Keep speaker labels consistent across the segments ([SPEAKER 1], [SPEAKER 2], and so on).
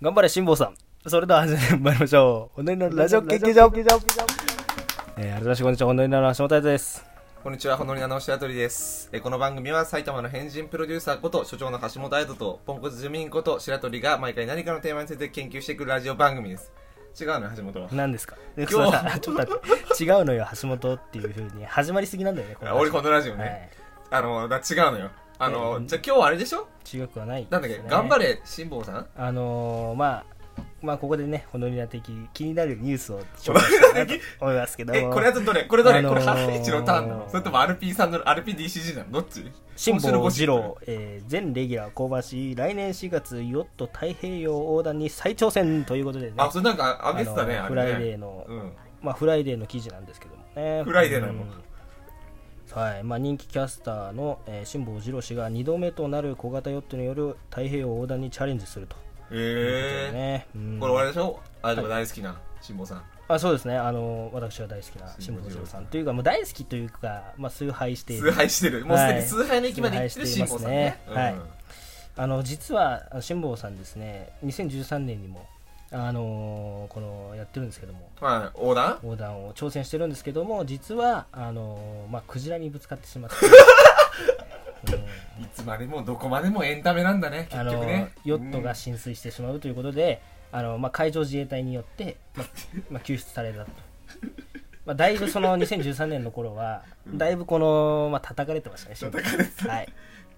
[SPEAKER 1] 頑張れ、辛坊さん。それでは始めてまいりましょう。おのりのラジオ研究所。えー、改めまして、こんにちは。おのりの橋本彩です。
[SPEAKER 2] こんにちは、ほのりな直しあとりです。えーこの番組は埼玉の変人プロデューサーこと、所長の橋本愛人と、ポンコツ住民こと白鳥が毎回何かのテーマについて研究していくラジオ番組です。違うのよ、橋本は。
[SPEAKER 1] 何ですか今
[SPEAKER 2] 今日
[SPEAKER 1] ちょっと待って違うのよ、橋本っていう風に始まりすぎなんだよね、
[SPEAKER 2] あ俺このラジオね。
[SPEAKER 1] はい
[SPEAKER 2] あの、だ違うのよ。あの、
[SPEAKER 1] うん
[SPEAKER 2] じゃあ今日はあれでしょ
[SPEAKER 1] 違くはない、
[SPEAKER 2] なんだっけ、頑張
[SPEAKER 1] れ
[SPEAKER 2] れ、辛坊さん
[SPEAKER 1] あのー、まあ、まあ、ここでね、ほのりな的気になるニュースを紹
[SPEAKER 2] ほの
[SPEAKER 1] 介
[SPEAKER 2] り
[SPEAKER 1] した
[SPEAKER 2] ない
[SPEAKER 1] な
[SPEAKER 2] 的
[SPEAKER 1] と思いますけど
[SPEAKER 2] え、
[SPEAKER 1] も
[SPEAKER 2] これはどれこれどれ、
[SPEAKER 1] あのー
[SPEAKER 2] これハライチのターンなのそれとも RP さんの、RPDCG なのどっち
[SPEAKER 1] 辛
[SPEAKER 2] 今週の
[SPEAKER 1] 坊
[SPEAKER 2] ゴシ
[SPEAKER 1] 二
[SPEAKER 2] ップ
[SPEAKER 1] 郎、えー、全レギュラー降板し、来年4月、ヨット太平洋横断に再挑戦ということでね、
[SPEAKER 2] あ、それなんか、あげてたね、
[SPEAKER 1] あの
[SPEAKER 2] あ
[SPEAKER 1] フ
[SPEAKER 2] れね。
[SPEAKER 1] ライデーの
[SPEAKER 2] うん。
[SPEAKER 1] まあ、フライデーの記事なんですけどもね。
[SPEAKER 2] フライデーなの
[SPEAKER 1] うんはいまあ、人気キャスターのえー辛坊、二郎氏が2度目となる小型ヨットによる太平洋横断にチャレンジするということで
[SPEAKER 2] え
[SPEAKER 1] ね、うん
[SPEAKER 2] ー。これあれでしょあれとか大好きな、辛坊さん。
[SPEAKER 1] あそうですねあの私が大好きな辛
[SPEAKER 2] 辛
[SPEAKER 1] 坊
[SPEAKER 2] 坊
[SPEAKER 1] 二
[SPEAKER 2] 二
[SPEAKER 1] 郎
[SPEAKER 2] 郎
[SPEAKER 1] さ
[SPEAKER 2] さ
[SPEAKER 1] んというかもう大好きというか、まあ、崇拝してい
[SPEAKER 2] 崇
[SPEAKER 1] る
[SPEAKER 2] 拝してる。もうすで
[SPEAKER 1] は
[SPEAKER 2] に
[SPEAKER 1] い
[SPEAKER 2] 崇拝の域まで行ってる辛坊さんね。
[SPEAKER 1] 崇拝していますね
[SPEAKER 2] うん
[SPEAKER 1] あの実はあの辛坊さんですね2013年にもあのーこのやってるんですけども
[SPEAKER 2] まあ、横断
[SPEAKER 1] 横断を挑戦してるんですけども実はあのーまあ、クジラにぶつかってしまって、うん
[SPEAKER 2] いつまでもどこまでもエンタメなんだね、結
[SPEAKER 1] あの
[SPEAKER 2] 局ね。
[SPEAKER 1] ヨットが浸水してしまうということで、あのまあ、海上自衛隊によって、まあ まあ、救出されたと、まあ、だいぶその2013年の頃はだいぶこの、まあ叩かれてましたね
[SPEAKER 2] 叩かれて
[SPEAKER 1] はい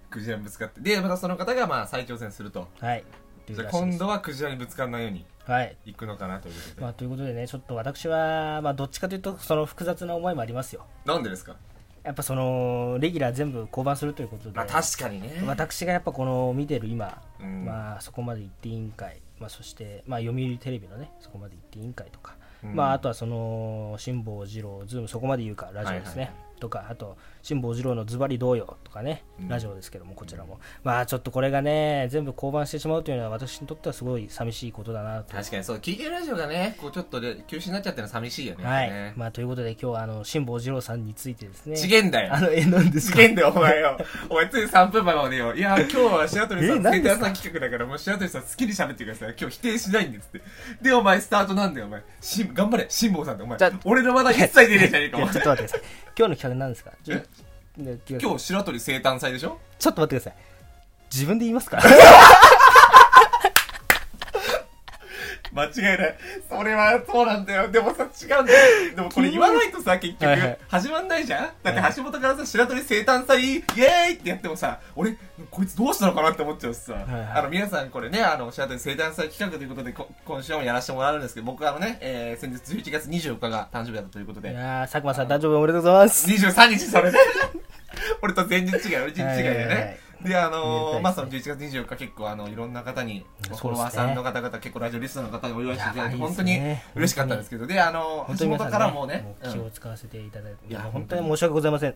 [SPEAKER 2] クジラにぶつかって。で、またその方がまあ再挑戦すると。
[SPEAKER 1] はいという
[SPEAKER 2] じゃあ
[SPEAKER 1] らしいで
[SPEAKER 2] 今
[SPEAKER 1] す
[SPEAKER 2] 度はクジラにぶつからないように
[SPEAKER 1] はい
[SPEAKER 2] 行くのかなということで。
[SPEAKER 1] まあ、ということでねちょっと私は、まあ、どっちかというとその複雑な思いもありますよ
[SPEAKER 2] なんでですか
[SPEAKER 1] やっぱそのレギュラー全部降板するということで、
[SPEAKER 2] まあ確かにね。
[SPEAKER 1] 私がやっぱこの見てる今、
[SPEAKER 2] うん
[SPEAKER 1] まあ、そこまで行って委員会、まあ、そして、まあ、読売テレビのねそこまで行って委員会とか、
[SPEAKER 2] うん
[SPEAKER 1] まあ、あとはその辛坊二郎ズームそこまで言うかラジオですね、
[SPEAKER 2] はいはい
[SPEAKER 1] とかあと辛坊二郎のズバリどうよとかね、
[SPEAKER 2] うん
[SPEAKER 1] ラジオですけどもこちらも、まあちょっとこれがね全部降板してしまうというのは私にとってはすごい寂しいことだなと
[SPEAKER 2] 確かにそう、聞いてるラジオがね、こうちょっとで休止になっちゃってるの寂しいよね。
[SPEAKER 1] はい、
[SPEAKER 2] ね
[SPEAKER 1] まあ、ということで今日はあの辛坊二郎さんについてですね
[SPEAKER 2] ちげんだよ
[SPEAKER 1] あ。のえなんですか
[SPEAKER 2] 事件だよ、お前 よ。お前、つい3分前までよ。いや、今日は白鳥さ
[SPEAKER 1] え
[SPEAKER 2] ん、
[SPEAKER 1] 何
[SPEAKER 2] 生
[SPEAKER 1] で
[SPEAKER 2] 徒
[SPEAKER 1] す
[SPEAKER 2] 屋
[SPEAKER 1] か
[SPEAKER 2] さん企画だから、もう白鳥さん好きに喋ってください。今日否定しないんですって。で、お前、スタートなんだよ、お前。しん、頑張れ、辛坊さんだよ、お前
[SPEAKER 1] じゃ。
[SPEAKER 2] 俺の話題一切出ねえじゃねえか、
[SPEAKER 1] いや
[SPEAKER 2] お前
[SPEAKER 1] ちょっと待ってください今日の企画なんですかちょ
[SPEAKER 2] え
[SPEAKER 1] ね今
[SPEAKER 2] 今日、白鳥生誕祭でしょ
[SPEAKER 1] ちょっと待ってください。自分で言いますか
[SPEAKER 2] 間違いない。それは、そうなんだよ。でもさ、違うんだよ。でもこれ言わないとさ、結局
[SPEAKER 1] はいはい、
[SPEAKER 2] 始まんないじゃんだ
[SPEAKER 1] は
[SPEAKER 2] っ
[SPEAKER 1] い
[SPEAKER 2] て橋本からさ、白鳥生誕祭、イエーイってやってもさ、俺、こいつどうしたのかなって思っちゃうしさ。
[SPEAKER 1] いはい
[SPEAKER 2] あの、皆さんこれね、あの、白鳥生誕祭企画ということで、こ今週もやらせてもらうんですけど、僕はあのね、えー、先日11月24日が誕生日だったということ
[SPEAKER 1] い
[SPEAKER 2] で、
[SPEAKER 1] やー、佐久間さん、大丈夫おめでとうございます。
[SPEAKER 2] 23日それで 俺と前日違い、俺一日違いで
[SPEAKER 1] はいはいはい
[SPEAKER 2] ね。で、あ
[SPEAKER 1] めでたいです
[SPEAKER 2] の
[SPEAKER 1] ね
[SPEAKER 2] ー、まあ、その11月24日結構あの、いろんな方に、
[SPEAKER 1] そうですね
[SPEAKER 2] フォロワーさんの方々、結構ラジオリスナーの方にお祝いしていただい
[SPEAKER 1] やば
[SPEAKER 2] て、
[SPEAKER 1] いで
[SPEAKER 2] 本
[SPEAKER 1] す
[SPEAKER 2] 当
[SPEAKER 1] ね
[SPEAKER 2] に嬉しかったんですけど、で、あのー、橋本からもね、
[SPEAKER 1] 皆さんねもう気を
[SPEAKER 2] うん
[SPEAKER 1] 使わせていただいて、
[SPEAKER 2] いや
[SPEAKER 1] 本当に申し訳ございません。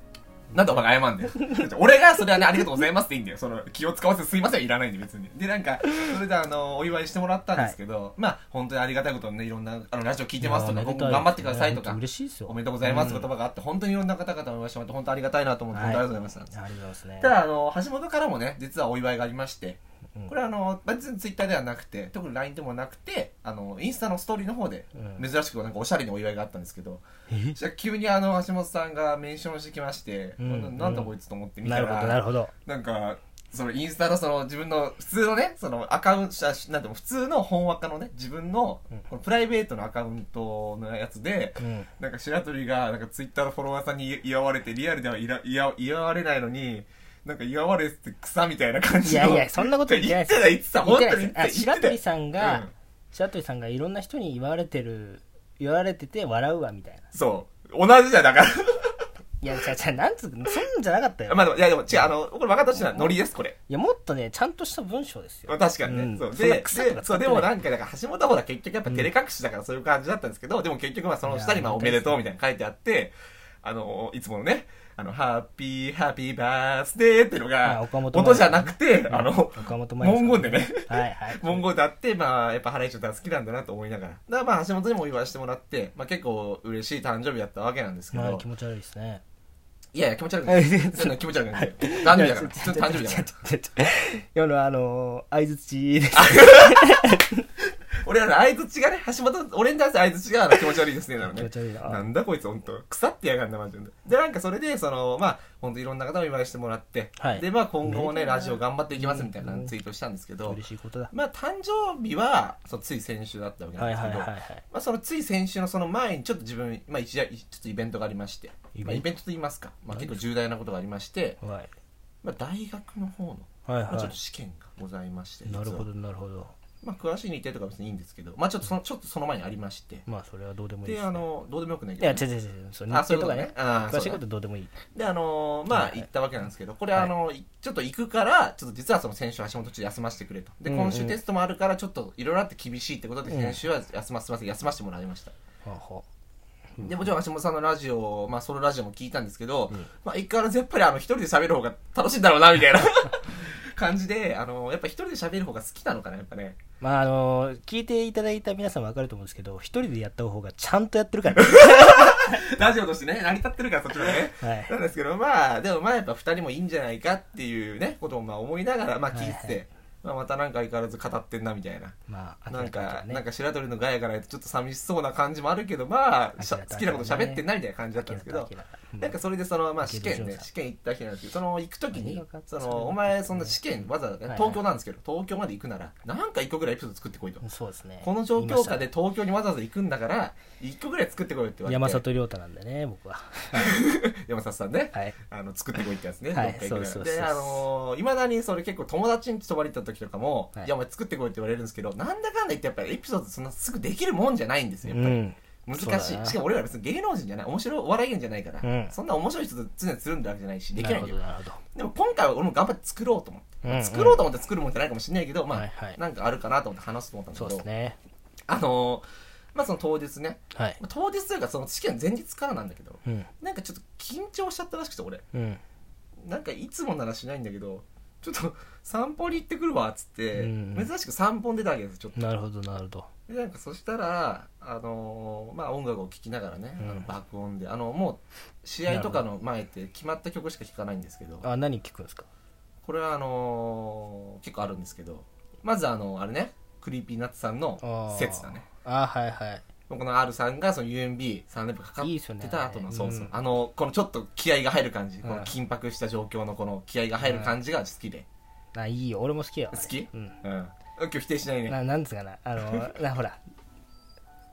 [SPEAKER 2] なんでお前が謝んだよ。俺がそれはね、ありがとうございますっていいんだよ。その、気を使わせてすいません、いらないんで別に。で、なんか、それであの、お祝いしてもらったんですけど、まあ、本当にありがたいことにね、いろんな、あの、ラジオ聞いてますと
[SPEAKER 1] い
[SPEAKER 2] か、
[SPEAKER 1] やーお
[SPEAKER 2] 今
[SPEAKER 1] めでたい
[SPEAKER 2] 後頑張ってくださいと
[SPEAKER 1] や
[SPEAKER 2] か
[SPEAKER 1] 本当、嬉しいですよ。
[SPEAKER 2] おめでとうございます
[SPEAKER 1] ん
[SPEAKER 2] 言葉があって、本当にいろんな方々にお会いしてもらって、本当にありがたいなと思って、
[SPEAKER 1] はい
[SPEAKER 2] 本当にありがとうございました。
[SPEAKER 1] ありがとうございますね。
[SPEAKER 2] ただあの橋本からもね実はお祝いがありまして
[SPEAKER 1] うん
[SPEAKER 2] これはあの別にツイッターではなくて特に LINE でもなくてあのインスタのストーリーの方で
[SPEAKER 1] う
[SPEAKER 2] 珍しくなんかおしゃれにお祝いがあったんですけど、
[SPEAKER 1] え
[SPEAKER 2] じゃあ急にあの橋本さんがメンションしてきまして、
[SPEAKER 1] うん
[SPEAKER 2] ななんだこいつと思って見
[SPEAKER 1] な
[SPEAKER 2] た
[SPEAKER 1] る
[SPEAKER 2] ら
[SPEAKER 1] ほど、なるほど。
[SPEAKER 2] なんかそのインスタのその自分の普通のねそのアカウントあなんていうの普通の本アカのね自分の
[SPEAKER 1] うん
[SPEAKER 2] このプライベートのアカウントのやつで、
[SPEAKER 1] うん。
[SPEAKER 2] なんか白鳥がなんかツイッターのフォロワーさんに祝祝われてリアルではいら祝祝われないのになんか祝われて草みたいな感
[SPEAKER 1] い
[SPEAKER 2] じ
[SPEAKER 1] や
[SPEAKER 2] の
[SPEAKER 1] いや、そんなこと言ってないです。
[SPEAKER 2] 言ってた言ってた本当に
[SPEAKER 1] 言ってないですあ
[SPEAKER 2] 言
[SPEAKER 1] 白
[SPEAKER 2] ってた
[SPEAKER 1] 鳥さん
[SPEAKER 2] う
[SPEAKER 1] が
[SPEAKER 2] ん、
[SPEAKER 1] 白鳥さんがいろんな人に言われてる、言われてて笑うわ、みたいな。
[SPEAKER 2] そう同じじゃんだか
[SPEAKER 1] いや、じゃじゃなんつうか、そんじゃなかった
[SPEAKER 2] ら
[SPEAKER 1] よ。
[SPEAKER 2] まあでもいやでも違うあのこれ分かったしなノリですこれ
[SPEAKER 1] いや、もっとね、ちゃんとした文章ですよ
[SPEAKER 2] まあ。確かにね、
[SPEAKER 1] うん
[SPEAKER 2] そう
[SPEAKER 1] そんな
[SPEAKER 2] で
[SPEAKER 1] 草とか
[SPEAKER 2] で
[SPEAKER 1] 使
[SPEAKER 2] そ
[SPEAKER 1] っ
[SPEAKER 2] う
[SPEAKER 1] てない
[SPEAKER 2] でもなんかだから橋本ほら結局やっぱ照れ隠しだからそういう感じだったんですけど、でも結局まあその下にまあ
[SPEAKER 1] いや
[SPEAKER 2] おめでとうみたいなの書いてあってあのいつものねあのハッピーハッピーバースデーっていうの
[SPEAKER 1] あ
[SPEAKER 2] が
[SPEAKER 1] 岡本真理
[SPEAKER 2] 音じゃなくて、あの
[SPEAKER 1] 岡本真理さん
[SPEAKER 2] 文言でね
[SPEAKER 1] はいはい。
[SPEAKER 2] 文豪だって、まあ、やっぱ原市さん好きなんだなと思いながら。だからまあ、橋本にもお祝いしてもらって、まあ結構嬉しい誕生日だったわけなんですけど。
[SPEAKER 1] まあ、気持ち悪いですね。
[SPEAKER 2] いやいや、気持ち悪くない。そんな気持ち悪くない。誕生日だから。ちょっと誕生日だから。
[SPEAKER 1] ら。今のあの、相づちです。
[SPEAKER 2] 俺らの相づちがね、橋本、俺に対する相づちが気持ち悪いですね、なの
[SPEAKER 1] 気持
[SPEAKER 2] ね。
[SPEAKER 1] ち悪いな
[SPEAKER 2] なんだこいつ、ほんと。腐ってやがんな、マジで。で、なんかそれで、その、まあ、ほんといろんな方をお祝いしてもらって、
[SPEAKER 1] はい
[SPEAKER 2] で、まあ今後もね、ラジオ頑張っていきますみたいなツイートしたんですけど、
[SPEAKER 1] 嬉しいことだ
[SPEAKER 2] まあ誕生日は、そうつい先週だったわけなん
[SPEAKER 1] はい
[SPEAKER 2] です
[SPEAKER 1] は
[SPEAKER 2] け
[SPEAKER 1] い
[SPEAKER 2] ど、
[SPEAKER 1] はいはい
[SPEAKER 2] まあ、そのつい先週のその前にちょっと自分、まあ、一夜ちょっとイベントがありまして
[SPEAKER 1] イベント
[SPEAKER 2] まあ、イベントと言いますか、まあ、
[SPEAKER 1] 何
[SPEAKER 2] 結構重大なことがありまして、
[SPEAKER 1] はい
[SPEAKER 2] まあ、大学の方の、
[SPEAKER 1] はい
[SPEAKER 2] まあ、ちょっ
[SPEAKER 1] は
[SPEAKER 2] と試験がございまして
[SPEAKER 1] いなるほ
[SPEAKER 2] 実
[SPEAKER 1] ど
[SPEAKER 2] は
[SPEAKER 1] なるほど
[SPEAKER 2] まあ、詳しい日程とかは別にいいんですけど、まあ、ちょっとそのちょっとその前にありまして
[SPEAKER 1] まあそれはどうでもいい
[SPEAKER 2] で
[SPEAKER 1] です
[SPEAKER 2] あ
[SPEAKER 1] ね
[SPEAKER 2] のどうでもよくない
[SPEAKER 1] い
[SPEAKER 2] け
[SPEAKER 1] や
[SPEAKER 2] ど
[SPEAKER 1] 違う違う違うその
[SPEAKER 2] あ
[SPEAKER 1] 日
[SPEAKER 2] そう
[SPEAKER 1] 程
[SPEAKER 2] いう
[SPEAKER 1] と
[SPEAKER 2] こと
[SPEAKER 1] か
[SPEAKER 2] ね
[SPEAKER 1] ね詳し
[SPEAKER 2] あー
[SPEAKER 1] い
[SPEAKER 2] そうだ
[SPEAKER 1] ことどうでもいい
[SPEAKER 2] であのー
[SPEAKER 1] は
[SPEAKER 2] ま
[SPEAKER 1] い
[SPEAKER 2] あ
[SPEAKER 1] はい
[SPEAKER 2] 行ったわけなんですけどこれあのー、いちょっと行くからちょっと実はその先週橋本ちょっと休ませてくれとで
[SPEAKER 1] うんうん
[SPEAKER 2] 今週テストもあるからちょっといろいろあって厳しいってことで
[SPEAKER 1] うん
[SPEAKER 2] 先週は休ませ、すいません休ませてもらいました
[SPEAKER 1] はあは
[SPEAKER 2] でもちろん橋本さんのラジオ、まあ、ソロラジオも聞いたんですけど、
[SPEAKER 1] うん
[SPEAKER 2] まあ、一回らずやっぱりあの一人で喋る方が楽しいんだろうなみたいな感じであのやっぱ一人で喋る方が好きなのかなやっぱね
[SPEAKER 1] まああの聞いていただいた皆さんわかると思うんですけど一人でやった方がちゃんとやってるからね
[SPEAKER 2] ラジオとしてね成り立ってるからそっちはね
[SPEAKER 1] はい
[SPEAKER 2] なんですけどまあでもまあやっぱ二人もいいんじゃないかっていうねことをまあ思いながらまあ聞いてて、
[SPEAKER 1] はいは
[SPEAKER 2] まあ、またなんか相変わらず語ってんなみたいな
[SPEAKER 1] まあ
[SPEAKER 2] なんか、
[SPEAKER 1] 明
[SPEAKER 2] な
[SPEAKER 1] ら
[SPEAKER 2] ん
[SPEAKER 1] か
[SPEAKER 2] か白鳥のガヤからちょっと寂しそうな感じもあるけど、まあ、しゃ
[SPEAKER 1] 明らかだね
[SPEAKER 2] 好きなこと喋ってんなみたいな感じだったん
[SPEAKER 1] に
[SPEAKER 2] ですけ
[SPEAKER 1] ね
[SPEAKER 2] ど
[SPEAKER 1] 明、らか明らか
[SPEAKER 2] なんかそれでその、まあ、
[SPEAKER 1] 池
[SPEAKER 2] 試
[SPEAKER 1] 田
[SPEAKER 2] 験
[SPEAKER 1] 上
[SPEAKER 2] ね
[SPEAKER 1] さん
[SPEAKER 2] 試験行った日なんですけどその行く時
[SPEAKER 1] 何が
[SPEAKER 2] に
[SPEAKER 1] 分かった
[SPEAKER 2] そ
[SPEAKER 1] それ
[SPEAKER 2] のお前そんな試験わざわざ
[SPEAKER 1] はいはい
[SPEAKER 2] 東京なんですけど東京まで行くならなんか一個ぐらいエピソード作ってこいと
[SPEAKER 1] うんそうですね
[SPEAKER 2] この状況下で東京にわざわざ行くんだから一個ぐらい作ってこいよって言
[SPEAKER 1] 言
[SPEAKER 2] わ
[SPEAKER 1] い
[SPEAKER 2] れて
[SPEAKER 1] ました山里亮太なんでね僕は
[SPEAKER 2] 山里さんね
[SPEAKER 1] はい
[SPEAKER 2] あの作ってこいってやつね
[SPEAKER 1] はい
[SPEAKER 2] どっか行くなら
[SPEAKER 1] そうそうそう
[SPEAKER 2] であのいまだにそれ結構友達に泊まり行った時とかも
[SPEAKER 1] はい
[SPEAKER 2] いやお前作ってこいって言われるんですけどなんだかんだ言ってやっぱりエピソードそんなすぐできるもんじゃないんです
[SPEAKER 1] う
[SPEAKER 2] よやっぱり
[SPEAKER 1] んそう
[SPEAKER 2] 難
[SPEAKER 1] だ
[SPEAKER 2] し
[SPEAKER 1] ない
[SPEAKER 2] しかも俺ら別に芸能人じゃない面白いお笑い芸人じゃないから、
[SPEAKER 1] うん
[SPEAKER 2] そんな面白い人と常につるんだわけじゃないしできないんだよ
[SPEAKER 1] なるほどなるほど
[SPEAKER 2] でも今回は俺も頑張って作ろうと思って、
[SPEAKER 1] うんうん
[SPEAKER 2] 作ろうと思って作るもんじゃないかもしれないけど、まあ、
[SPEAKER 1] はいはい
[SPEAKER 2] なんかあるかなと思って話すと思ったんだ
[SPEAKER 1] そう
[SPEAKER 2] けど、
[SPEAKER 1] ですね
[SPEAKER 2] あのーまあその当日ね、
[SPEAKER 1] はい
[SPEAKER 2] まあ当日というかその試験前日からなんだけど、
[SPEAKER 1] うん
[SPEAKER 2] なんかちょっと緊張しちゃったらしくて俺、
[SPEAKER 1] うん
[SPEAKER 2] なんかいつもならしないんだけど、ちょっと散歩に行ってくるわっつって、
[SPEAKER 1] うんうん
[SPEAKER 2] 珍しく散歩に出たわけですよちょっと。
[SPEAKER 1] なるほどなるほど
[SPEAKER 2] でなんかそしたら、あのーまあ、音楽を聴きながらね、
[SPEAKER 1] うん
[SPEAKER 2] あの爆音であのもう試合とかの前って決まった曲しか聴かないんですけど
[SPEAKER 1] あ何聞くんですか
[SPEAKER 2] これはあのー結構あるんですけどまずあのあれねクリーピーナッツさんの
[SPEAKER 1] あー
[SPEAKER 2] 「説だね
[SPEAKER 1] あはいはい
[SPEAKER 2] この R さんがその UMB3 連覇かかっ
[SPEAKER 1] いいっすよね
[SPEAKER 2] てた後のそうそう、
[SPEAKER 1] うん
[SPEAKER 2] あのこのちょっと気合が入る感じ、
[SPEAKER 1] ん
[SPEAKER 2] この緊迫した状況のこの気合が入る感じが好きで、
[SPEAKER 1] あいいよ俺も好きよあれ
[SPEAKER 2] 好き
[SPEAKER 1] うん
[SPEAKER 2] うん今日否定しないね
[SPEAKER 1] ななんつうかなあ のなほら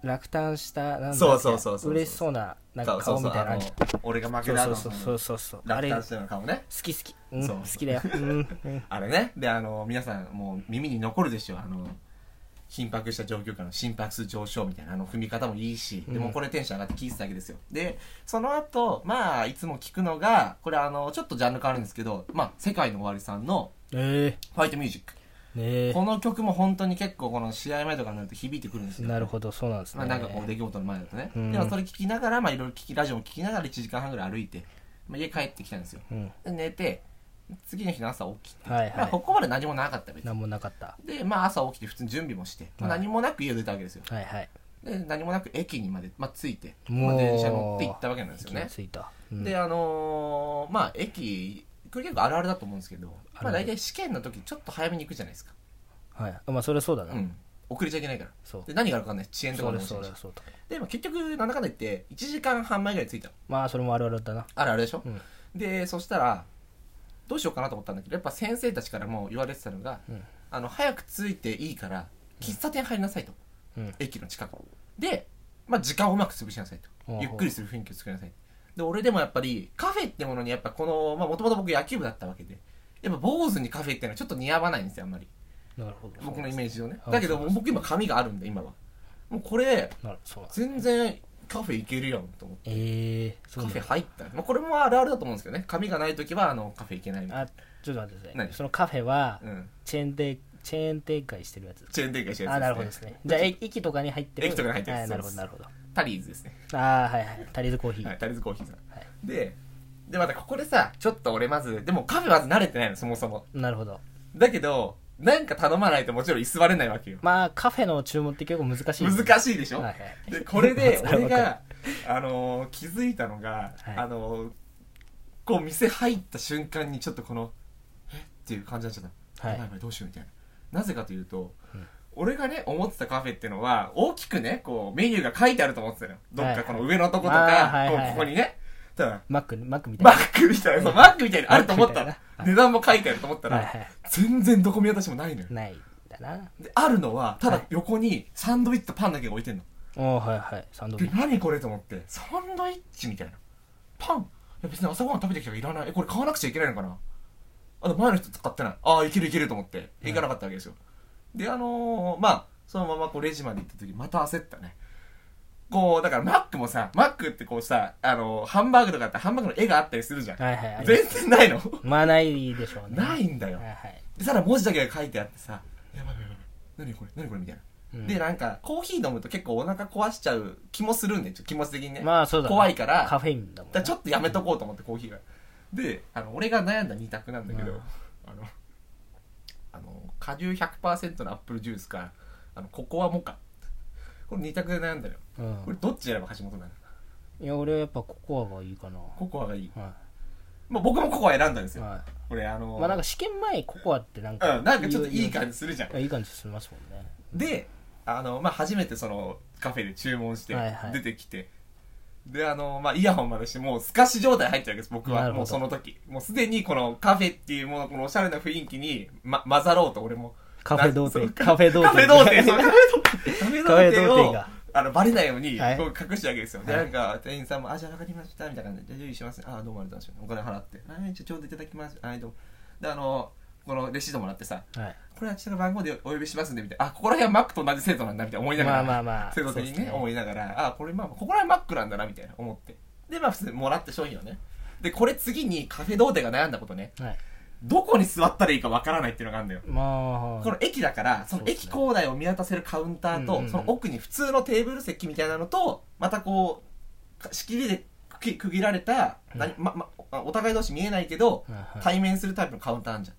[SPEAKER 1] 落胆したなんだ
[SPEAKER 2] そうそうそうそう
[SPEAKER 1] 嬉しそうななんか
[SPEAKER 2] そう
[SPEAKER 1] 顔
[SPEAKER 2] そ
[SPEAKER 1] み
[SPEAKER 2] うそ
[SPEAKER 1] た
[SPEAKER 2] う
[SPEAKER 1] いなあ
[SPEAKER 2] あの
[SPEAKER 1] るじ
[SPEAKER 2] 俺が負け
[SPEAKER 1] ゃん
[SPEAKER 2] た
[SPEAKER 1] そう
[SPEAKER 2] の
[SPEAKER 1] そうそうそうそうあ
[SPEAKER 2] 落
[SPEAKER 1] れ好
[SPEAKER 2] 胆してるのかもね
[SPEAKER 1] き好きうん
[SPEAKER 2] そ
[SPEAKER 1] 好
[SPEAKER 2] う
[SPEAKER 1] きだようん うん
[SPEAKER 2] あれね。で、あの、皆さん、もう耳に残るでしょ。あの、緊迫した状況下の心拍数上昇みたいな、あの、踏み方もいいし、でもうこれテンション上がって聞いてたわけですよ。で、その後、まあ、いつも聞くのが、これあの、ちょっとジャンル変わるんですけど、まあ、世界の終わりさんの、
[SPEAKER 1] え
[SPEAKER 2] ファイトミュージック。
[SPEAKER 1] えね
[SPEAKER 2] この曲も本当に結構この試合前とかになると響いてくるんです
[SPEAKER 1] え
[SPEAKER 2] よ。
[SPEAKER 1] なるほどそうなんです
[SPEAKER 2] ま
[SPEAKER 1] ね
[SPEAKER 2] あ、なんかこう出来事の前だとね、
[SPEAKER 1] うん
[SPEAKER 2] でもそれ聞きながら、まあ、いろいろ聞きラジオも聞きながら1時間半ぐらい歩いて、まあ、家帰ってきたんですよ
[SPEAKER 1] うん
[SPEAKER 2] で寝て次の日の朝起きて、
[SPEAKER 1] はい
[SPEAKER 2] まあ、
[SPEAKER 1] は
[SPEAKER 2] ここまで何もなかった別
[SPEAKER 1] い
[SPEAKER 2] に
[SPEAKER 1] なんもなかった
[SPEAKER 2] で、まあ、朝起きて普通に準備もして、まあ
[SPEAKER 1] はい
[SPEAKER 2] 何もなく家を出たわけですよ
[SPEAKER 1] はいはい
[SPEAKER 2] で何もなく駅にまで、まあ、着いて、
[SPEAKER 1] もう
[SPEAKER 2] まあ、電車乗って行ったわけなんですよ
[SPEAKER 1] 気が
[SPEAKER 2] ね、
[SPEAKER 1] ついたうん
[SPEAKER 2] であのーまあ駅これ結構あるあるだと思うんですけど、
[SPEAKER 1] あるあ
[SPEAKER 2] まあ、
[SPEAKER 1] る
[SPEAKER 2] 大体試験の時ちょっと早めに行くじゃないですか、
[SPEAKER 1] はいまあそれはそうだ
[SPEAKER 2] う、
[SPEAKER 1] なん
[SPEAKER 2] 遅れちゃいけないから
[SPEAKER 1] そう
[SPEAKER 2] で何があるかわかんない遅延とか
[SPEAKER 1] そ
[SPEAKER 2] も
[SPEAKER 1] れ
[SPEAKER 2] あるし
[SPEAKER 1] それそうだ
[SPEAKER 2] で、まあ、結局なんだかんだ言って1時間半前ぐらい着いたの
[SPEAKER 1] まあそれもあるあるだな
[SPEAKER 2] あるあるでしょ、
[SPEAKER 1] うん
[SPEAKER 2] でそしたらどうしようかなと思ったんだけどやっぱ先生たちからも言われてたのが、
[SPEAKER 1] うん
[SPEAKER 2] あの早く着いていいから喫茶店入りなさいと、
[SPEAKER 1] うん
[SPEAKER 2] 駅の近くで、まあ、時間をうまく潰しなさいと
[SPEAKER 1] ほうほう
[SPEAKER 2] ゆっくりする雰囲気を作りなさいで俺でもやっぱりカフェってものにやっぱこのまあもともと僕野球部だったわけでやっぱ坊主にカフェってのはちょっと似合わないんですよあんまり
[SPEAKER 1] なるほど
[SPEAKER 2] 僕のイメージをね
[SPEAKER 1] あ
[SPEAKER 2] だけど
[SPEAKER 1] そう
[SPEAKER 2] もう僕今髪があるんで今はもうこれ
[SPEAKER 1] なるそうなんです
[SPEAKER 2] 全然カフェ行けるやんと思って
[SPEAKER 1] ええそうなん
[SPEAKER 2] カフ
[SPEAKER 1] だ
[SPEAKER 2] ェ入った、まあ、これもあるあるだと思うんですけどね髪がない時はあのカフェ行けないみたい
[SPEAKER 1] あちょっと待ってください
[SPEAKER 2] 何
[SPEAKER 1] そのカフェは
[SPEAKER 2] な、うん、
[SPEAKER 1] チェーンでチェーン展開してるやつ
[SPEAKER 2] チェーン展開してるやつ
[SPEAKER 1] あなるほどですねじゃあえ駅とかに入ってる
[SPEAKER 2] 駅とかに入ってる
[SPEAKER 1] は
[SPEAKER 2] や
[SPEAKER 1] い
[SPEAKER 2] つ
[SPEAKER 1] なるほど
[SPEAKER 2] そうです
[SPEAKER 1] なるほど
[SPEAKER 2] タリーズですね
[SPEAKER 1] ああはいはいタリーズコーヒー、
[SPEAKER 2] はい、タリーズコーヒーさん、
[SPEAKER 1] はい
[SPEAKER 2] ででまたここでさちょっと俺まずでもカフェまず慣れてないのそもそも
[SPEAKER 1] なるほど
[SPEAKER 2] だけどなんか頼まないともちろん居座れないわけよ
[SPEAKER 1] まあカフェの注文って結構難しい
[SPEAKER 2] 難しいでしょ、
[SPEAKER 1] はいはい
[SPEAKER 2] でこれで
[SPEAKER 1] それは
[SPEAKER 2] 俺
[SPEAKER 1] わか
[SPEAKER 2] が、あのー気づいたのが、
[SPEAKER 1] はい
[SPEAKER 2] あのーこう店入った瞬間にちょっとこのえっていう感じになっちゃった、
[SPEAKER 1] は
[SPEAKER 2] やばい
[SPEAKER 1] い
[SPEAKER 2] やばいどうしようみたいななぜかというと、俺がね、思ってたカフェってのは、大きくね、こう、メニューが書いてあると思ってたのよ。どっかこの上のとことか、
[SPEAKER 1] はいはい
[SPEAKER 2] こう
[SPEAKER 1] あーはいはいはい
[SPEAKER 2] ここにね。ただ、
[SPEAKER 1] マック、マックみたい
[SPEAKER 2] マ
[SPEAKER 1] な。
[SPEAKER 2] ックみたいな、そうマックみたいなのあると思った
[SPEAKER 1] マッ
[SPEAKER 2] ら
[SPEAKER 1] クみたいな、はい
[SPEAKER 2] 値段も書いてあると思ったら、
[SPEAKER 1] はいはい
[SPEAKER 2] 全然どこ見渡してもないのよ。
[SPEAKER 1] ないんだな。
[SPEAKER 2] であるのは、た
[SPEAKER 1] は
[SPEAKER 2] だ
[SPEAKER 1] い
[SPEAKER 2] 横にサンドイッチとパンだけが置いてんの。
[SPEAKER 1] おーはいはい。サンドイ
[SPEAKER 2] で
[SPEAKER 1] ッ、チ。
[SPEAKER 2] 何これと思って、サンドイッチみたいな。パンいや別に朝ごはん食べてきたからいらない。え、これ買わなくちゃいけないのかなあと前の人使ってない。ああ、いけるいけると思って、
[SPEAKER 1] うん
[SPEAKER 2] 行かなかったわけですよ。で、あのー、まあ、そのままこうレジまで行った時、また焦ったね。こう、だからマックもさ、マックってこうさ、あのーハンバーグとかってハンバーグの絵があったりするじゃん。
[SPEAKER 1] はいはいあります。
[SPEAKER 2] 全然ないの。
[SPEAKER 1] まあないでしょうね。
[SPEAKER 2] ないんだよ
[SPEAKER 1] はい。はい。
[SPEAKER 2] でさら文字だけが書いてあってさ、やばいやばいやばい。何これ何これみたいな。
[SPEAKER 1] うん
[SPEAKER 2] で、なんか、コーヒー飲むと結構お腹壊しちゃう気もするんで、ちょっと気持ち的にね。
[SPEAKER 1] まあそうだね
[SPEAKER 2] 怖いから、
[SPEAKER 1] カフェインだもん
[SPEAKER 2] だから
[SPEAKER 1] ね。
[SPEAKER 2] ちょっとやめとこうと思って、コーヒーが。で、あの、俺が悩んだ二択なんだけど、
[SPEAKER 1] うん
[SPEAKER 2] あの、あの、果汁100%のアップルジュースか、あの、ココアモカ。これ二択で悩んだよ。
[SPEAKER 1] う
[SPEAKER 2] これ
[SPEAKER 1] ん。
[SPEAKER 2] どっち選ぶ橋本なの
[SPEAKER 1] いや、俺はやっぱココアがいいかな。
[SPEAKER 2] ココアがいい。
[SPEAKER 1] は
[SPEAKER 2] まあ僕もココア選んだんです
[SPEAKER 1] い。
[SPEAKER 2] よ。
[SPEAKER 1] は
[SPEAKER 2] これあ
[SPEAKER 1] い。
[SPEAKER 2] の、
[SPEAKER 1] まあなんか試験前ココアってなんか。
[SPEAKER 2] うん、なんかちょっといい感じするじゃん。
[SPEAKER 1] じ。いい感じしますもんね。
[SPEAKER 2] であの、まあ、初めてそのカフェで注文して
[SPEAKER 1] はいはい
[SPEAKER 2] 出てきて、であの、まあ、イヤホンまでしてもう透かし状態入ってるわけです僕
[SPEAKER 1] な
[SPEAKER 2] は
[SPEAKER 1] るほど
[SPEAKER 2] もうその時もうすでにこのカフェっていうものこのおしゃれな雰囲気に、ま、混ざろうと俺も
[SPEAKER 1] カフェ童
[SPEAKER 2] なんそう
[SPEAKER 1] 貞。カフェ童
[SPEAKER 2] カフ
[SPEAKER 1] 貞。
[SPEAKER 2] ェ童貞そうカフェ童
[SPEAKER 1] カフェ童
[SPEAKER 2] 貞
[SPEAKER 1] 貞
[SPEAKER 2] を
[SPEAKER 1] が
[SPEAKER 2] あのバレないように
[SPEAKER 1] はい
[SPEAKER 2] こう隠してるわけですよ、で
[SPEAKER 1] は
[SPEAKER 2] ないんか店員さんも「あじゃあ分かりました」みたいな感じで「用意しますね」「あどうもありがとうございました」お金払って「はいじゃあちょうどいただきます」「はいどうも」であのこのレシートもらってさ
[SPEAKER 1] はい。
[SPEAKER 2] これは下の番号でお呼びしますんで、みたいな。あ、ここら辺はマックと同じ生徒なんだ、みたいな思いなが
[SPEAKER 1] ま
[SPEAKER 2] ら。
[SPEAKER 1] あまあまあ。
[SPEAKER 2] 生徒的に
[SPEAKER 1] そう
[SPEAKER 2] ね
[SPEAKER 1] です
[SPEAKER 2] 思いながら、あ、これまあ、ここら辺マックなんだな、みたいな思って。で、まあ普通にもらって商品をね。で、これ次にカフェ童貞が悩んだことね。
[SPEAKER 1] はい。
[SPEAKER 2] どこに座ったらいいかわからないっていうのがあるんだよ。
[SPEAKER 1] まあ。
[SPEAKER 2] この駅だから、その駅構内を見渡せるカウン
[SPEAKER 1] う
[SPEAKER 2] ター
[SPEAKER 1] んうんう
[SPEAKER 2] と、
[SPEAKER 1] ん
[SPEAKER 2] その奥に普通のテーブル席みたいなのと、またこうか、仕切りで区切区切られた、何ま、ま、おお互い同士見えないけど、
[SPEAKER 1] はいはい
[SPEAKER 2] 対面するタイプのカウンターあんじゃん。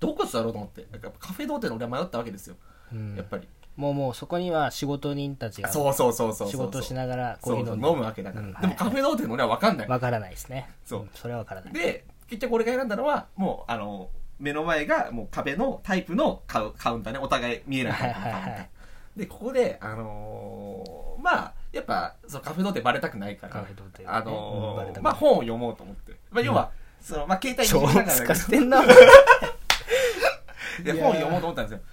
[SPEAKER 2] どこ座ろうと思って。やっぱカフェ童貞の俺は迷ったわけですよ。
[SPEAKER 1] うん
[SPEAKER 2] やっぱり。
[SPEAKER 1] もうもうそこには仕事人たちが
[SPEAKER 2] そうそうそうそうそう。
[SPEAKER 1] 仕事し
[SPEAKER 2] い
[SPEAKER 1] ながらコ
[SPEAKER 2] そ
[SPEAKER 1] ーヒ
[SPEAKER 2] う
[SPEAKER 1] ー
[SPEAKER 2] そ
[SPEAKER 1] 飲
[SPEAKER 2] う飲
[SPEAKER 1] ん
[SPEAKER 2] むわけだから。
[SPEAKER 1] うんはい
[SPEAKER 2] でもカフェ童貞の俺は分かんない。
[SPEAKER 1] わからないですね
[SPEAKER 2] そうん
[SPEAKER 1] それはわからない
[SPEAKER 2] で、結局俺が選んだのは、もう、あの、目の前がもう壁のタイプのカウカウンターね。お互い見えないタイプのカウンター。
[SPEAKER 1] はいはいはい
[SPEAKER 2] で、ここで、あのーまあ、やっぱ、そうカフェ童貞バレたくないから。
[SPEAKER 1] カフェ童貞ね
[SPEAKER 2] あ
[SPEAKER 1] うん
[SPEAKER 2] の
[SPEAKER 1] バ
[SPEAKER 2] ー
[SPEAKER 1] レたくない
[SPEAKER 2] まあ本を読もうと思って。まあ要は、その、まあ携帯いじ
[SPEAKER 1] 超
[SPEAKER 2] りながらだけ
[SPEAKER 1] す
[SPEAKER 2] ど
[SPEAKER 1] かしてんな
[SPEAKER 2] で
[SPEAKER 1] いやー
[SPEAKER 2] 本読もうと思ったんですよ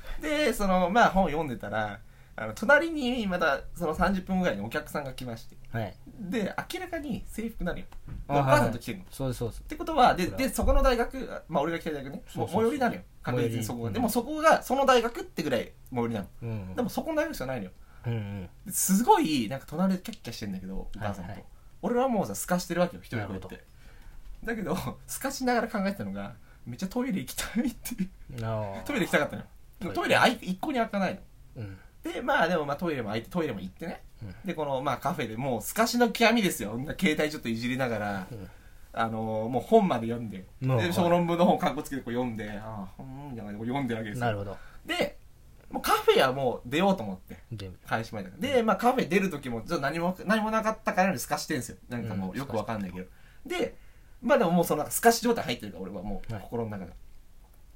[SPEAKER 2] でそのまあ本読んでたらあの隣にまたその30分ぐらいにお客さんが来まして
[SPEAKER 1] はい
[SPEAKER 2] で明らかに制服なのよお
[SPEAKER 1] あ
[SPEAKER 2] 母さんと来てるの、っ
[SPEAKER 1] そうですそうです
[SPEAKER 2] てことはで
[SPEAKER 1] それは
[SPEAKER 2] でそこの大学まあ俺が来た大学ね
[SPEAKER 1] そう
[SPEAKER 2] も
[SPEAKER 1] そうそう
[SPEAKER 2] 最寄りなのよ確実にそこ
[SPEAKER 1] 最寄
[SPEAKER 2] が
[SPEAKER 1] り
[SPEAKER 2] でもそこがその大学ってぐらい最寄りなの
[SPEAKER 1] うんうん
[SPEAKER 2] でもそこの大学しかないのよ
[SPEAKER 1] うんうん
[SPEAKER 2] ですごいなんか隣でキャッキャしてんだけどお母さん
[SPEAKER 1] は
[SPEAKER 2] と、
[SPEAKER 1] いはい
[SPEAKER 2] 俺はもうさすかしてるわけよ一人
[SPEAKER 1] な
[SPEAKER 2] こ
[SPEAKER 1] る
[SPEAKER 2] うや
[SPEAKER 1] ほ
[SPEAKER 2] っ
[SPEAKER 1] ど
[SPEAKER 2] てだけど すかしながら考えてたのがめっちゃトイレ行きたいっていう
[SPEAKER 1] なあ
[SPEAKER 2] トイレ行きたかったの
[SPEAKER 1] トイ
[SPEAKER 2] よ
[SPEAKER 1] レ
[SPEAKER 2] トイレあい一向に開かないの
[SPEAKER 1] うん
[SPEAKER 2] でまあでもまあトイレも開いてトイレも行ってね、
[SPEAKER 1] うん
[SPEAKER 2] でこのまあカフェでもうすかしの極みですよ携帯ちょっといじりながら、
[SPEAKER 1] うん
[SPEAKER 2] あのーもう本まで読んで、
[SPEAKER 1] うんはい
[SPEAKER 2] で小論文の本かっこつけてこう読んでああうんみたいな感じでこう読んでるわけですよ
[SPEAKER 1] なるほど
[SPEAKER 2] でもうカフェはもう出ようと思って
[SPEAKER 1] で
[SPEAKER 2] 開始前だからで、まあ、カフェ出る時もちょっと何も何もなかったからすかしてんですよなんかも
[SPEAKER 1] う
[SPEAKER 2] うんよくわかんないけど、でまあでももうそのすかし状態入ってるから俺はもう
[SPEAKER 1] はい
[SPEAKER 2] 心の中で、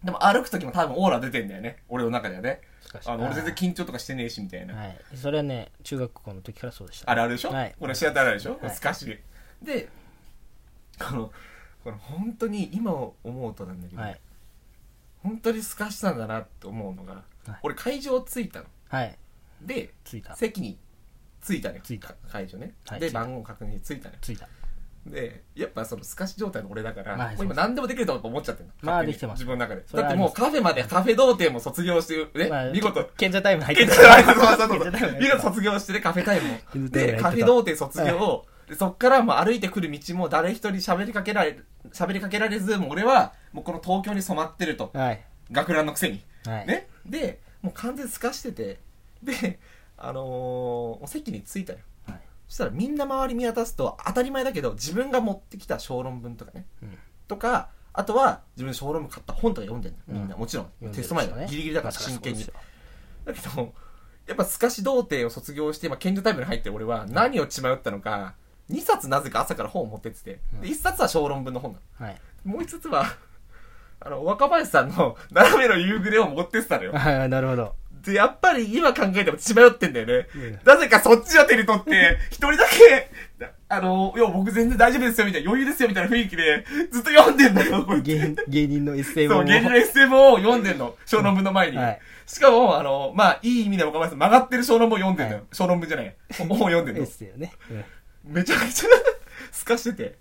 [SPEAKER 2] でも歩く時も多分オーラ出てんだよね俺の中ではね
[SPEAKER 1] すかし
[SPEAKER 2] あの俺全然緊張とかしてねえしみたいな、
[SPEAKER 1] はいそれはね中学校の時からそうでした
[SPEAKER 2] あれあるでしょ、
[SPEAKER 1] はい
[SPEAKER 2] これシアターあるでしょ、
[SPEAKER 1] はい
[SPEAKER 2] すかしでこのこの本当に今思うとなんだけど、
[SPEAKER 1] はい
[SPEAKER 2] 本当にすかしたんだなって思うのが、
[SPEAKER 1] はい
[SPEAKER 2] 俺会場着いたの
[SPEAKER 1] はい
[SPEAKER 2] で
[SPEAKER 1] ついた
[SPEAKER 2] 席に着いたね
[SPEAKER 1] 着いた
[SPEAKER 2] 会場ね、
[SPEAKER 1] はい着
[SPEAKER 2] で
[SPEAKER 1] いた
[SPEAKER 2] 番号確認して着いたね
[SPEAKER 1] ついた
[SPEAKER 2] でやっぱその透かし状態の俺だから、
[SPEAKER 1] はい
[SPEAKER 2] もう今何でもできると思っちゃってるの
[SPEAKER 1] まあ
[SPEAKER 2] 勝手に
[SPEAKER 1] できてます
[SPEAKER 2] 自分の中で
[SPEAKER 1] それ
[SPEAKER 2] だ
[SPEAKER 1] はあ
[SPEAKER 2] って
[SPEAKER 1] り
[SPEAKER 2] も
[SPEAKER 1] ま
[SPEAKER 2] う
[SPEAKER 1] す
[SPEAKER 2] カフェまでカフェ童貞も卒業してね、
[SPEAKER 1] まあ
[SPEAKER 2] 見事
[SPEAKER 1] 賢者タイム入って
[SPEAKER 2] 見
[SPEAKER 1] た
[SPEAKER 2] 事
[SPEAKER 1] 賢者タイム入ってた
[SPEAKER 2] 卒業してねカフェタイムを
[SPEAKER 1] 賢者タイム入って
[SPEAKER 2] で
[SPEAKER 1] た
[SPEAKER 2] カフェ童貞卒業を、でそっからもう歩いてくる道も誰一人喋りかけられ喋りかけられずもう俺はもうこの東京に染まってると
[SPEAKER 1] はい
[SPEAKER 2] 学ランのくせに
[SPEAKER 1] はい
[SPEAKER 2] ね、でもう完全に透かしててであのーお席に着いたよ
[SPEAKER 1] はい
[SPEAKER 2] そしたらみんな周り見渡すと当たり前だけど自分が持ってきた小論文とかね
[SPEAKER 1] うん
[SPEAKER 2] とかあとは自分小論文買った本とか読んでんのみんな、
[SPEAKER 1] うん
[SPEAKER 2] もちろん
[SPEAKER 1] 読んでる
[SPEAKER 2] テスト前だ
[SPEAKER 1] 人
[SPEAKER 2] か
[SPEAKER 1] ね
[SPEAKER 2] らギリギリだから
[SPEAKER 1] まあそりゃ
[SPEAKER 2] 真
[SPEAKER 1] そうで
[SPEAKER 2] 剣
[SPEAKER 1] すよ
[SPEAKER 2] にだけどやっぱ透かし童貞を卒業して、まあ、賢者タイムに入ってる俺は何を血迷ったのか2冊なぜか朝から本を持ってってて、
[SPEAKER 1] うん
[SPEAKER 2] で1冊は小論文の本なの
[SPEAKER 1] はい
[SPEAKER 2] もう1つはあの若林さんの斜めの夕暮れを持ってってたのよ
[SPEAKER 1] あーなるほど
[SPEAKER 2] で、やっぱり今考えても血迷ってんだよね
[SPEAKER 1] うん。
[SPEAKER 2] なぜかそっちを手に取って、一人だけ、あの、いや、僕全然大丈夫ですよ、みたいな、余裕ですよ、みたいな雰囲気で、ずっと読んでんだよ、こうやって
[SPEAKER 1] 芸芸人のエッセイ
[SPEAKER 2] そ
[SPEAKER 1] 本
[SPEAKER 2] う、
[SPEAKER 1] を
[SPEAKER 2] 芸人の SM を読んでんの。小論文の前に。
[SPEAKER 1] はい
[SPEAKER 2] しかも、あの、まあ、いい意味でも構いません。曲がってる小論文を読んでんのよ。
[SPEAKER 1] は
[SPEAKER 2] 小論文じゃない。本を読んでん
[SPEAKER 1] エッ
[SPEAKER 2] の。
[SPEAKER 1] セイをね、うん
[SPEAKER 2] めちゃくちゃ、透かしてて。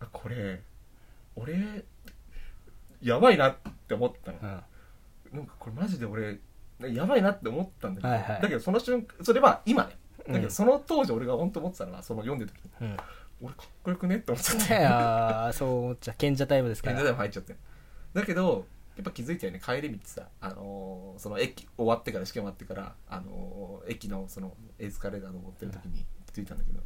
[SPEAKER 2] あ、これ、俺、やばいなって思ったの。
[SPEAKER 1] うん
[SPEAKER 2] なんかこれマジで俺、やばいなって思ったんだけど、
[SPEAKER 1] はいはい
[SPEAKER 2] だけどその瞬間、それは今ね。だけ
[SPEAKER 1] う
[SPEAKER 2] ど
[SPEAKER 1] ん
[SPEAKER 2] その当時俺が本当思ってたのは、その読んでる時に、
[SPEAKER 1] うん、
[SPEAKER 2] 俺かっこよくねって思っちゃっ
[SPEAKER 1] い
[SPEAKER 2] て。
[SPEAKER 1] やーそう思っちゃう賢者タイムですか
[SPEAKER 2] 天
[SPEAKER 1] ら
[SPEAKER 2] 狗でも入っちゃってだけどやっぱ気づいたよね帰り道さあのーその駅終わってから試験終わってからあのー駅のそのエスカレーター登ってる時に気づいたんだけど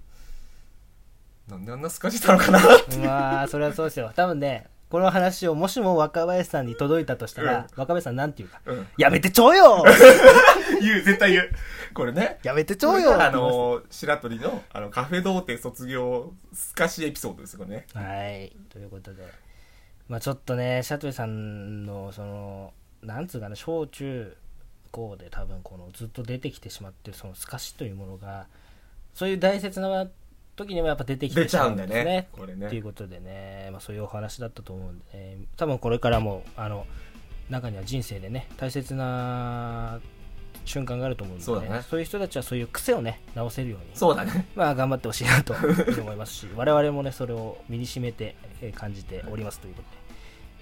[SPEAKER 2] なんであんなすかしてたのか なっていう
[SPEAKER 1] まあそれはそうですよ多分ねこの話をもしも若林さんに届いたとしたら、
[SPEAKER 2] うん
[SPEAKER 1] 若林さんなんて言うか、
[SPEAKER 2] うん
[SPEAKER 1] やめてちょう よ
[SPEAKER 2] 言う絶対言うこれね
[SPEAKER 1] やめてちょ
[SPEAKER 2] こ
[SPEAKER 1] う
[SPEAKER 2] れ
[SPEAKER 1] よ
[SPEAKER 2] があのー白鳥のあのカフェ童貞卒業すかしエピソードですよね
[SPEAKER 1] はいということでまあちょっとねシャトリさんのそのなんつうかな小中高で多分このずっと出てきてしまってるその透かしというものがそういう大切な時にもやっぱ出てきて
[SPEAKER 2] 出
[SPEAKER 1] し
[SPEAKER 2] ち
[SPEAKER 1] ま
[SPEAKER 2] ゃ
[SPEAKER 1] う
[SPEAKER 2] うんん
[SPEAKER 1] で
[SPEAKER 2] だ
[SPEAKER 1] すね
[SPEAKER 2] ねこれね
[SPEAKER 1] ということでね、まあ、そういうお話だったと思うんで、ね、多分これからもあの中には人生でね大切な瞬間があると思うんで、
[SPEAKER 2] そうだね
[SPEAKER 1] そういう人たちはそういう癖をね直せるように
[SPEAKER 2] そうだね
[SPEAKER 1] まあ頑張ってほしいなと 思いますし我々もねそれを身にしめてえー感じておりますということ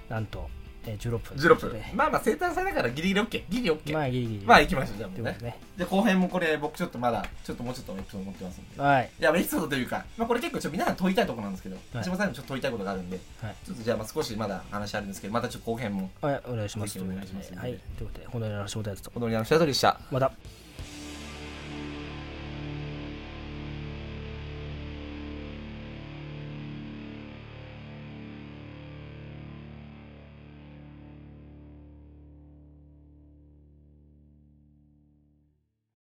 [SPEAKER 1] でなんとえー16分
[SPEAKER 2] 16分
[SPEAKER 1] ね
[SPEAKER 2] まあまあ生誕祭だからギリギリ OK ギリ OK
[SPEAKER 1] まあギリギリ
[SPEAKER 2] まあ行きましょうじゃあも
[SPEAKER 1] といううこ
[SPEAKER 2] ね
[SPEAKER 1] とでね
[SPEAKER 2] で後編もこれ僕ちょっとまだちょっともうちょっとエピソード持ってますんで
[SPEAKER 1] はい
[SPEAKER 2] いや、エピソードというか、まあ、これ結構ちょっと皆さん問いたいところなんですけど、
[SPEAKER 1] はい
[SPEAKER 2] 千葉さんにもちょっと問いたいことがあるんで、
[SPEAKER 1] はい
[SPEAKER 2] ちょっとじゃあまあ少しまだ話あるんですけど、またちょっと後編も。
[SPEAKER 1] はいお願いします
[SPEAKER 2] ぜひお願いしま
[SPEAKER 1] と
[SPEAKER 2] す
[SPEAKER 1] いうことではいということで本題の話もたやつと
[SPEAKER 2] おどりの白鳥でした。
[SPEAKER 1] また